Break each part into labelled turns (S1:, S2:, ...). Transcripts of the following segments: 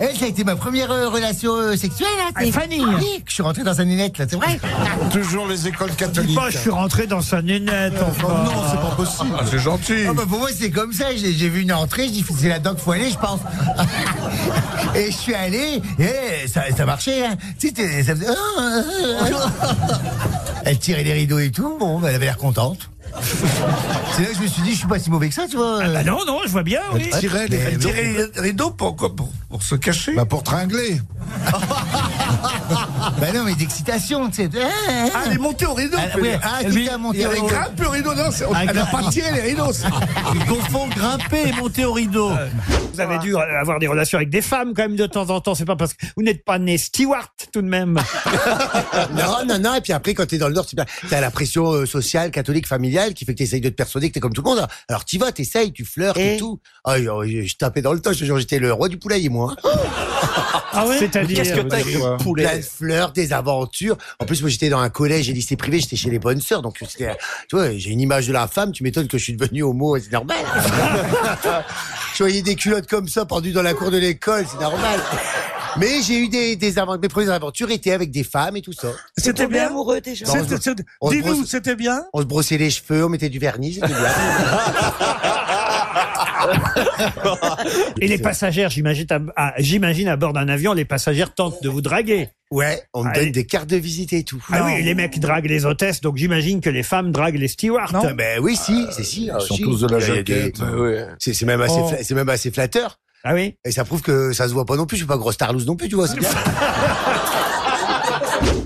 S1: Eh, ça a été ma première euh, relation euh, sexuelle. Là,
S2: Ah,
S1: C'est
S2: Fanny.
S1: Oui, que Je suis rentré dans un nénette, là, c'est vrai
S3: Ah
S4: Toujours les écoles
S2: Dis
S4: catholiques.
S2: pas, je suis rentré dans sa nénette,
S4: Oh
S2: enfin.
S4: non, c'est pas possible.
S5: Ah, c'est gentil.
S1: Ah bah, Pour moi, c'est comme ça. J'ai j'ai vu une entrée, je dis, c'est là-dedans qu'il faut aller, je pense. et je suis allé, et ça, ça marchait. Hein. Tu sais, t'es- ça faisait... ah, Elle tirait les rideaux et tout, bon, bah, elle avait l'air contente. c'est là que je me suis dit, je suis pas si mauvais que ça, tu vois.
S2: Bah non, non, je vois bien, oui.
S4: Tirer les rideaux.
S5: Tirer les rideaux pour, quoi pour, pour se cacher.
S4: Bah pour tringler.
S1: Bah non, mais d'excitation, tu sais.
S3: Ah, elle est montée au rideau.
S1: Ah,
S3: tu veux
S1: oui,
S3: dire.
S1: ah,
S3: Elle
S1: quitte à
S3: est-
S1: monter au
S3: Elle
S1: rideau.
S3: grimpe le rideau. Non, c'est- elle n'a pas tiré les rideaux. ça.
S6: Ils confondent grimper et monter au rideau.
S2: Vous avez dû avoir des relations avec des femmes quand même de temps en temps. C'est pas parce que vous n'êtes pas né Stewart tout de même.
S3: Non, non, non. Et puis après, quand t'es dans le Nord, tu as la pression euh, sociale, catholique, familiale, qui fait que t'essayes de te persuader que t'es comme tout le monde. Alors t'y vas, t'essayes, tu flirtes et, tout. Ah, je, je tapais dans le tas, je te jure, j'étais le roi du poulailler, moi.
S2: Ah ouais C'est-à-dire
S3: poulet. Plein de fleurs, des aventures. En plus, moi, j'étais dans un collège et lycée privé, j'étais chez les bonnes sœurs. Donc, c'était- tu vois, j'ai une image de la femme. Tu m'étonnes que je suis devenu homo, c'est normal. je voyais des culottes comme ça pendues dans la cour de l'école, c'est normal. Mais j'ai eu des, des avant- mes premières aventures étaient avec des femmes et tout ça.
S7: C'était bien amoureux déjà.
S3: Non, on se- on se brosse-
S7: c'était bien
S3: On se brossait les cheveux, on mettait du vernis, c'était bien.
S2: Et les passagères, j'imagine à, à- j'imagine à bord d'un avion, les passagères tentent de vous draguer.
S3: Ouais, on me
S2: Allez.
S3: donne des cartes de visite et tout.
S2: Ah oui, les mecs draguent les hôtesses, donc j'imagine que les femmes draguent les stewards.
S3: Ah ben oui, si, c'est si. Ils
S5: Euh, sont tous de la jaquette.
S3: C'est c'est même, assez
S2: Oh.
S3: fla- c'est même assez flatteur.
S2: Ah oui
S3: Et ça prouve que ça se voit pas non plus. Je suis pas grosse tarlouse non plus, tu vois. c'est bien.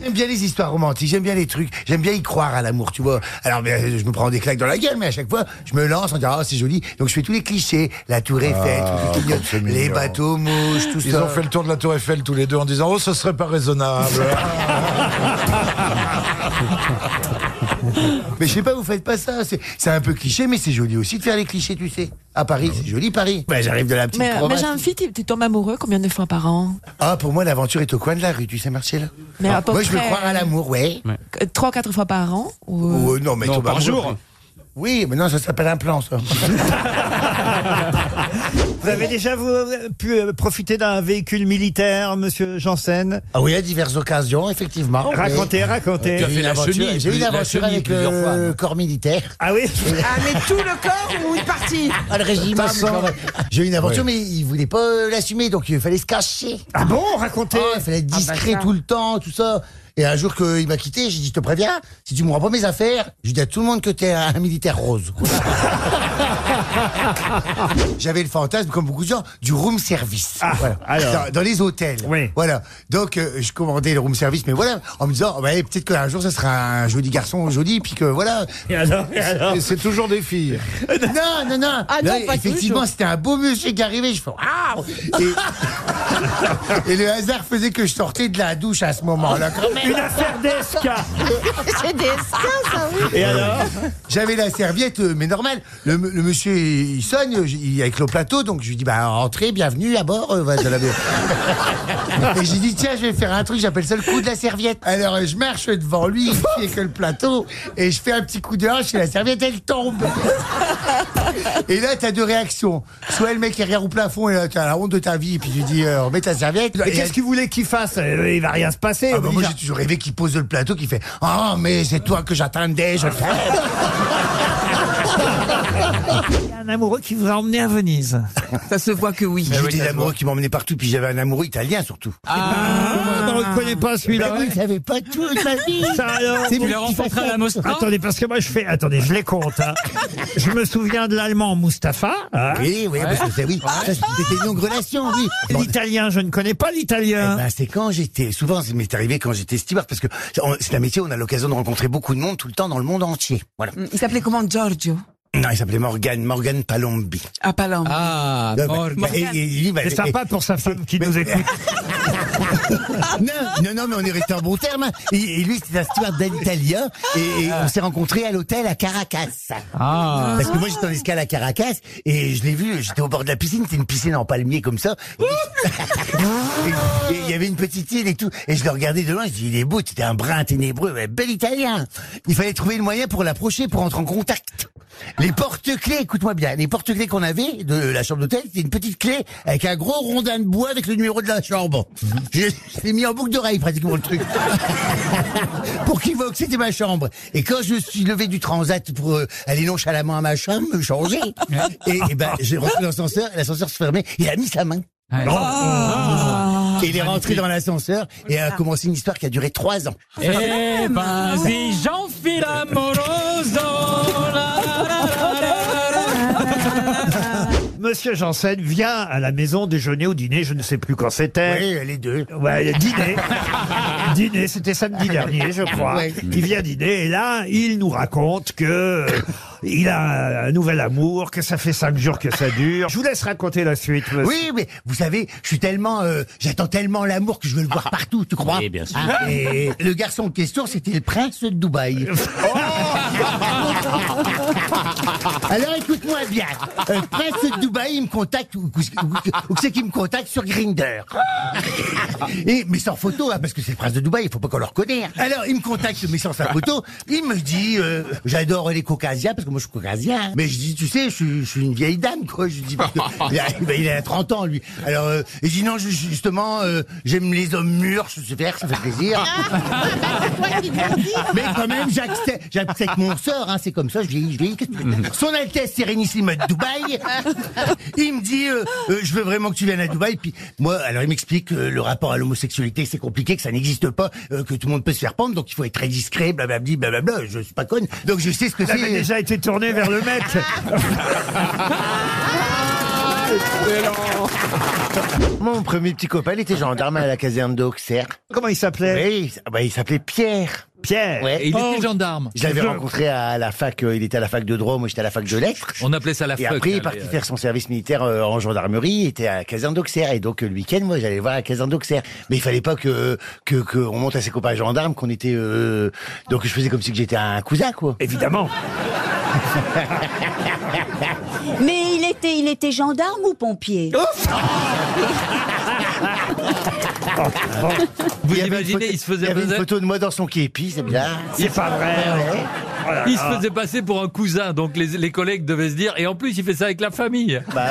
S1: J'aime bien les histoires romantiques, j'aime bien les trucs, j'aime bien y croire à l'amour, tu vois. Alors, mais, euh, je me prends des claques dans la gueule, mais à chaque fois, je me lance en disant, ah, c'est joli. Donc, je fais tous les clichés, la tour Eiffel, tout ce qui clignote,
S4: Ah, comme c'est
S1: les
S4: mignon.
S1: bateaux mouches, tout
S4: Ils
S1: ça.
S4: ont fait le tour de la Tour Eiffel tous les deux en disant Oh, ce serait pas raisonnable.
S1: Mais je sais pas, vous faites pas ça. C'est c'est un peu cliché, mais c'est joli aussi de faire les clichés, tu sais. À
S4: Ah
S1: Paris, c'est joli Paris. Bah, j'arrive de la petite
S7: Mais, mais
S1: province.
S7: j'ai un fils, tu tombes amoureux combien de fois par an
S1: Ah, pour moi, l'aventure est au coin de la rue, tu sais, Marcel. Ah,
S7: Mais à peu
S1: Moi, je veux
S7: près,
S1: croire à l'amour, ouais.
S7: euh, Trois, quatre fois par an ou, euh,
S1: Ou, euh, non, mais tout par jour. Oui, mais non, ça s'appelle un plan, ça.
S2: Vous avez déjà vous, euh, pu euh, profiter d'un véhicule militaire, monsieur Janssen Euh,
S1: Ah oui, à diverses occasions, effectivement. mais-
S2: Racontez, racontez.
S1: J'ai eu une aventure- J'ai eu une aventure avec le corps militaire.
S2: Ah oui
S8: Ah, mais tout le corps ou une partie
S1: Ah, le régiment.
S4: Vincent.
S1: mais quand même. J'ai eu une aventure, mais il voulait pas euh, l'assumer, donc il fallait se cacher.
S2: Ah bah, bon,
S1: Ah,
S2: racontez
S1: il fallait être discret tout le temps, tout ça. Et un jour qu'il m'a quitté, j'ai dit, je te préviens, si tu me rends pas mes affaires, je dis à tout le monde que t'es un, un militaire rose. J'avais le fantasme, comme beaucoup de gens, du room service.
S2: Ah,
S1: Voilà.
S2: alors.
S1: Dans, dans les hôtels.
S2: Oui.
S1: Voilà. Donc, euh, je commandais le room service, mais voilà, en me disant, oh, bah, peut-être qu'un jour, ça sera un joli garçon, joli, puis que voilà,
S2: Et alors, et alors
S4: Et c'est toujours des filles.
S1: non, non, non.
S8: Ah non,
S1: Là,
S8: pas
S1: effectivement, c'était un beau monsieur qui arrivait. Je fais waouh et... et le hasard faisait que je sortais de la douche à ce moment-là. quand même.
S2: Une affaire d'ESCA
S8: C'est des ça, ça, oui.
S2: Et alors
S1: J'avais la serviette, euh, mais normal. Le, le monsieur, il sonne, je- il avec le plateau, donc je lui dis bah entrez, bienvenue à bord. euh, voilà, de la Et j'ai dit tiens, je vais faire un truc, j'appelle ça le coup de la serviette. Alors euh, je marche devant lui, il fait que le plateau, et je fais un petit coup de hache et la serviette elle tombe. Et là, t'as deux réactions. Soit le mec il regarde au plafond et là, t'as la honte de ta vie, et puis tu dis euh, remets ta serviette.
S2: Mais
S1: Et
S2: qu'est-ce qu'il voulait qu'il fasse Euh, Il va rien se passer.
S1: ah bah, moi
S2: Obligé.
S1: j'ai toujours rêvé qu'il pose le plateau, qu'il fait Ah, mais c'est toi que j'attendais, je le ferai.
S2: Il y a un amoureux qui vous a emmené à Venise.
S8: Ça se voit que oui.
S9: Eh
S3: J'ai eu des amoureux qui m'emmenaient partout, puis j'avais un amoureux italien surtout.
S2: Ah, on ne le connaît pas celui-là.
S1: Vous savez pas tout, ma vie.
S2: Ça, alors
S1: Tu l'as rencontré à la mosquée
S2: Attendez, parce que moi je fais. Attendez, je les compte. hein. Je me souviens de l'allemand Mustapha. hein.
S1: Oui, oui, parce que c'est oui. Ça, C'était une longue relation, oui.
S2: Ah,
S1: Bon,
S2: L'italien, je ne connais pas
S3: Eh
S2: l'italien.
S3: ben, c'est quand j'étais, souvent, ça m'est arrivé quand j'étais steward, parce que on- c'est un métier, où on a l'occasion de rencontrer beaucoup de monde tout le temps dans le monde entier. Voilà.
S8: Mm, Il s'appelait comment Giorgio
S3: Non, il s'appelait Morgan, Morgan Palombi.
S8: à Palerme.
S3: Ah, Morgan. Et, et lui, bah,
S2: C'est
S3: et-
S2: eh, sympa pour sa femme qui nous écoute.
S1: non, non, non, mais on est resté en bon terme. hein. Et, et lui, c'était un steward d'Alitalia. Et, et on s'est rencontrés à l'hôtel à Caracas. Parce que moi, j'étais en escale à Caracas. Et je l'ai vu, j'étais au bord de la piscine. C'était une piscine en palmier comme ça. Et et il y avait une petite île et tout. Et je le regardais de loin. Je dis, il est beau. C'était un brun ténébreux. mais bel italien. Il fallait trouver le moyen pour l'approcher, pour entrer en contact. Les porte-clés, écoute-moi bien, les porte-clés qu'on avait de la chambre d'hôtel, c'était une petite clé avec un gros rondin de bois avec le numéro de la chambre. Je, je l'ai mis en boucle d'oreille pratiquement le truc. pour qu'il voit que c'était ma chambre. Et quand je suis levé du transat pour euh, aller nonchalamment à ma chambre, me changer, et, et ben, j'ai rentré dans l'ascenseur, et l'ascenseur se fermait, il a mis sa main.
S2: eh. Ah.
S9: Ah,
S1: Et il est rentré dans l'ascenseur et a commencé une histoire qui a duré trois ans.
S9: Eh ben, si j'enfile amoroso,
S2: Monsieur Janssen vient à la maison déjeuner ou dîner, je ne sais plus quand c'était.
S1: Oui, les deux.
S2: Ouais, dîner. dîner, c'était samedi dernier, je crois.
S1: Ouais.
S2: Il vient dîner et là, il nous raconte que euh, il a un nouvel amour, que ça fait cinq jours que ça dure. Je vous laisse raconter la suite. monsieur.
S1: Oui, mais vous savez, je suis tellement, euh, j'attends tellement l'amour que je veux le voir partout, tu crois
S9: Ah. Oui, bien sûr.
S1: Ah, et le garçon en question, c'était le prince de Dubaï. Alors écoute-moi bien, le prince de Dubaï, il me contacte ou, ou- ou- ou que c'est qu'il me contacte sur Grinder. Et mais sans photo, hein, parce que c'est le prince de Dubaï, il faut pas qu'on le reconnaisse. Alors il me contacte mais sans sa photo. Il me dit, euh, j'adore les caucasiens parce que moi je suis caucasien. hein. Mais je dis, tu sais, je, suis- je suis une vieille dame quoi. Je dis, parce que- il, a, ben, il a 30 ans lui. Alors euh, il dit non, je- justement, euh, j'aime les hommes mûrs, je sais faire, ça fait plaisir. Mais quand même, j'accepte j'accepte mon sort, hein, c'est comme ça, je vieillis, je vieillis. qu'est-ce que tu veux Son Altesse Sérénissime de Dubaï, il me dit, euh, euh, je veux vraiment que tu viennes à Dubaï. Puis moi, alors il m'explique que le rapport à l'homosexualité, c'est compliqué, que ça n'existe pas, euh, que tout le monde peut se faire pendre, donc il faut être très discret, blablabli, blablabla, je suis pas conne. Donc je sais ce que
S2: Ça avait
S1: c'est.
S2: déjà été tourné vers le maître.
S1: Mon premier petit copain, il était gendarme à la caserne d'Auxerre.
S2: Comment il s'appelait
S1: Oui, il- bah, il s'appelait Pierre.
S2: Pierre.
S1: Ouais.
S9: Et il
S2: Oh.
S9: était gendarme.
S1: Je l'avais
S2: Je-
S1: rencontré à la fac, euh, il était à la fac de droit, moi j'étais à la fac de lettres.
S9: On appelait ça la
S1: Et
S9: fuck.
S1: après, il est
S9: hein,
S1: parti
S9: les-
S1: faire son service militaire euh, en gendarmerie, il était à la caserne d'Auxerre. Et donc, euh, le week-end, moi, j'allais voir la caserne d'Auxerre. Mais il fallait pas que, que, que on monte à ses copains gendarmes, qu'on était, euh, donc je faisais comme si que j'étais un cousin, quoi.
S2: Évidemment.
S10: Mais il était, il était gendarme ou pompier
S9: Vous
S1: Il y avait une
S9: imaginez,
S1: photo-
S9: il se faisait
S1: il y avait une
S9: passer-
S1: photo de moi dans son képi, c'est bizarre.
S2: C'est pas vrai. Oh là
S9: Il
S2: là.
S9: se faisait passer pour un cousin, donc les, les collègues devaient se dire, et en plus il fait ça avec la famille.
S1: Bah,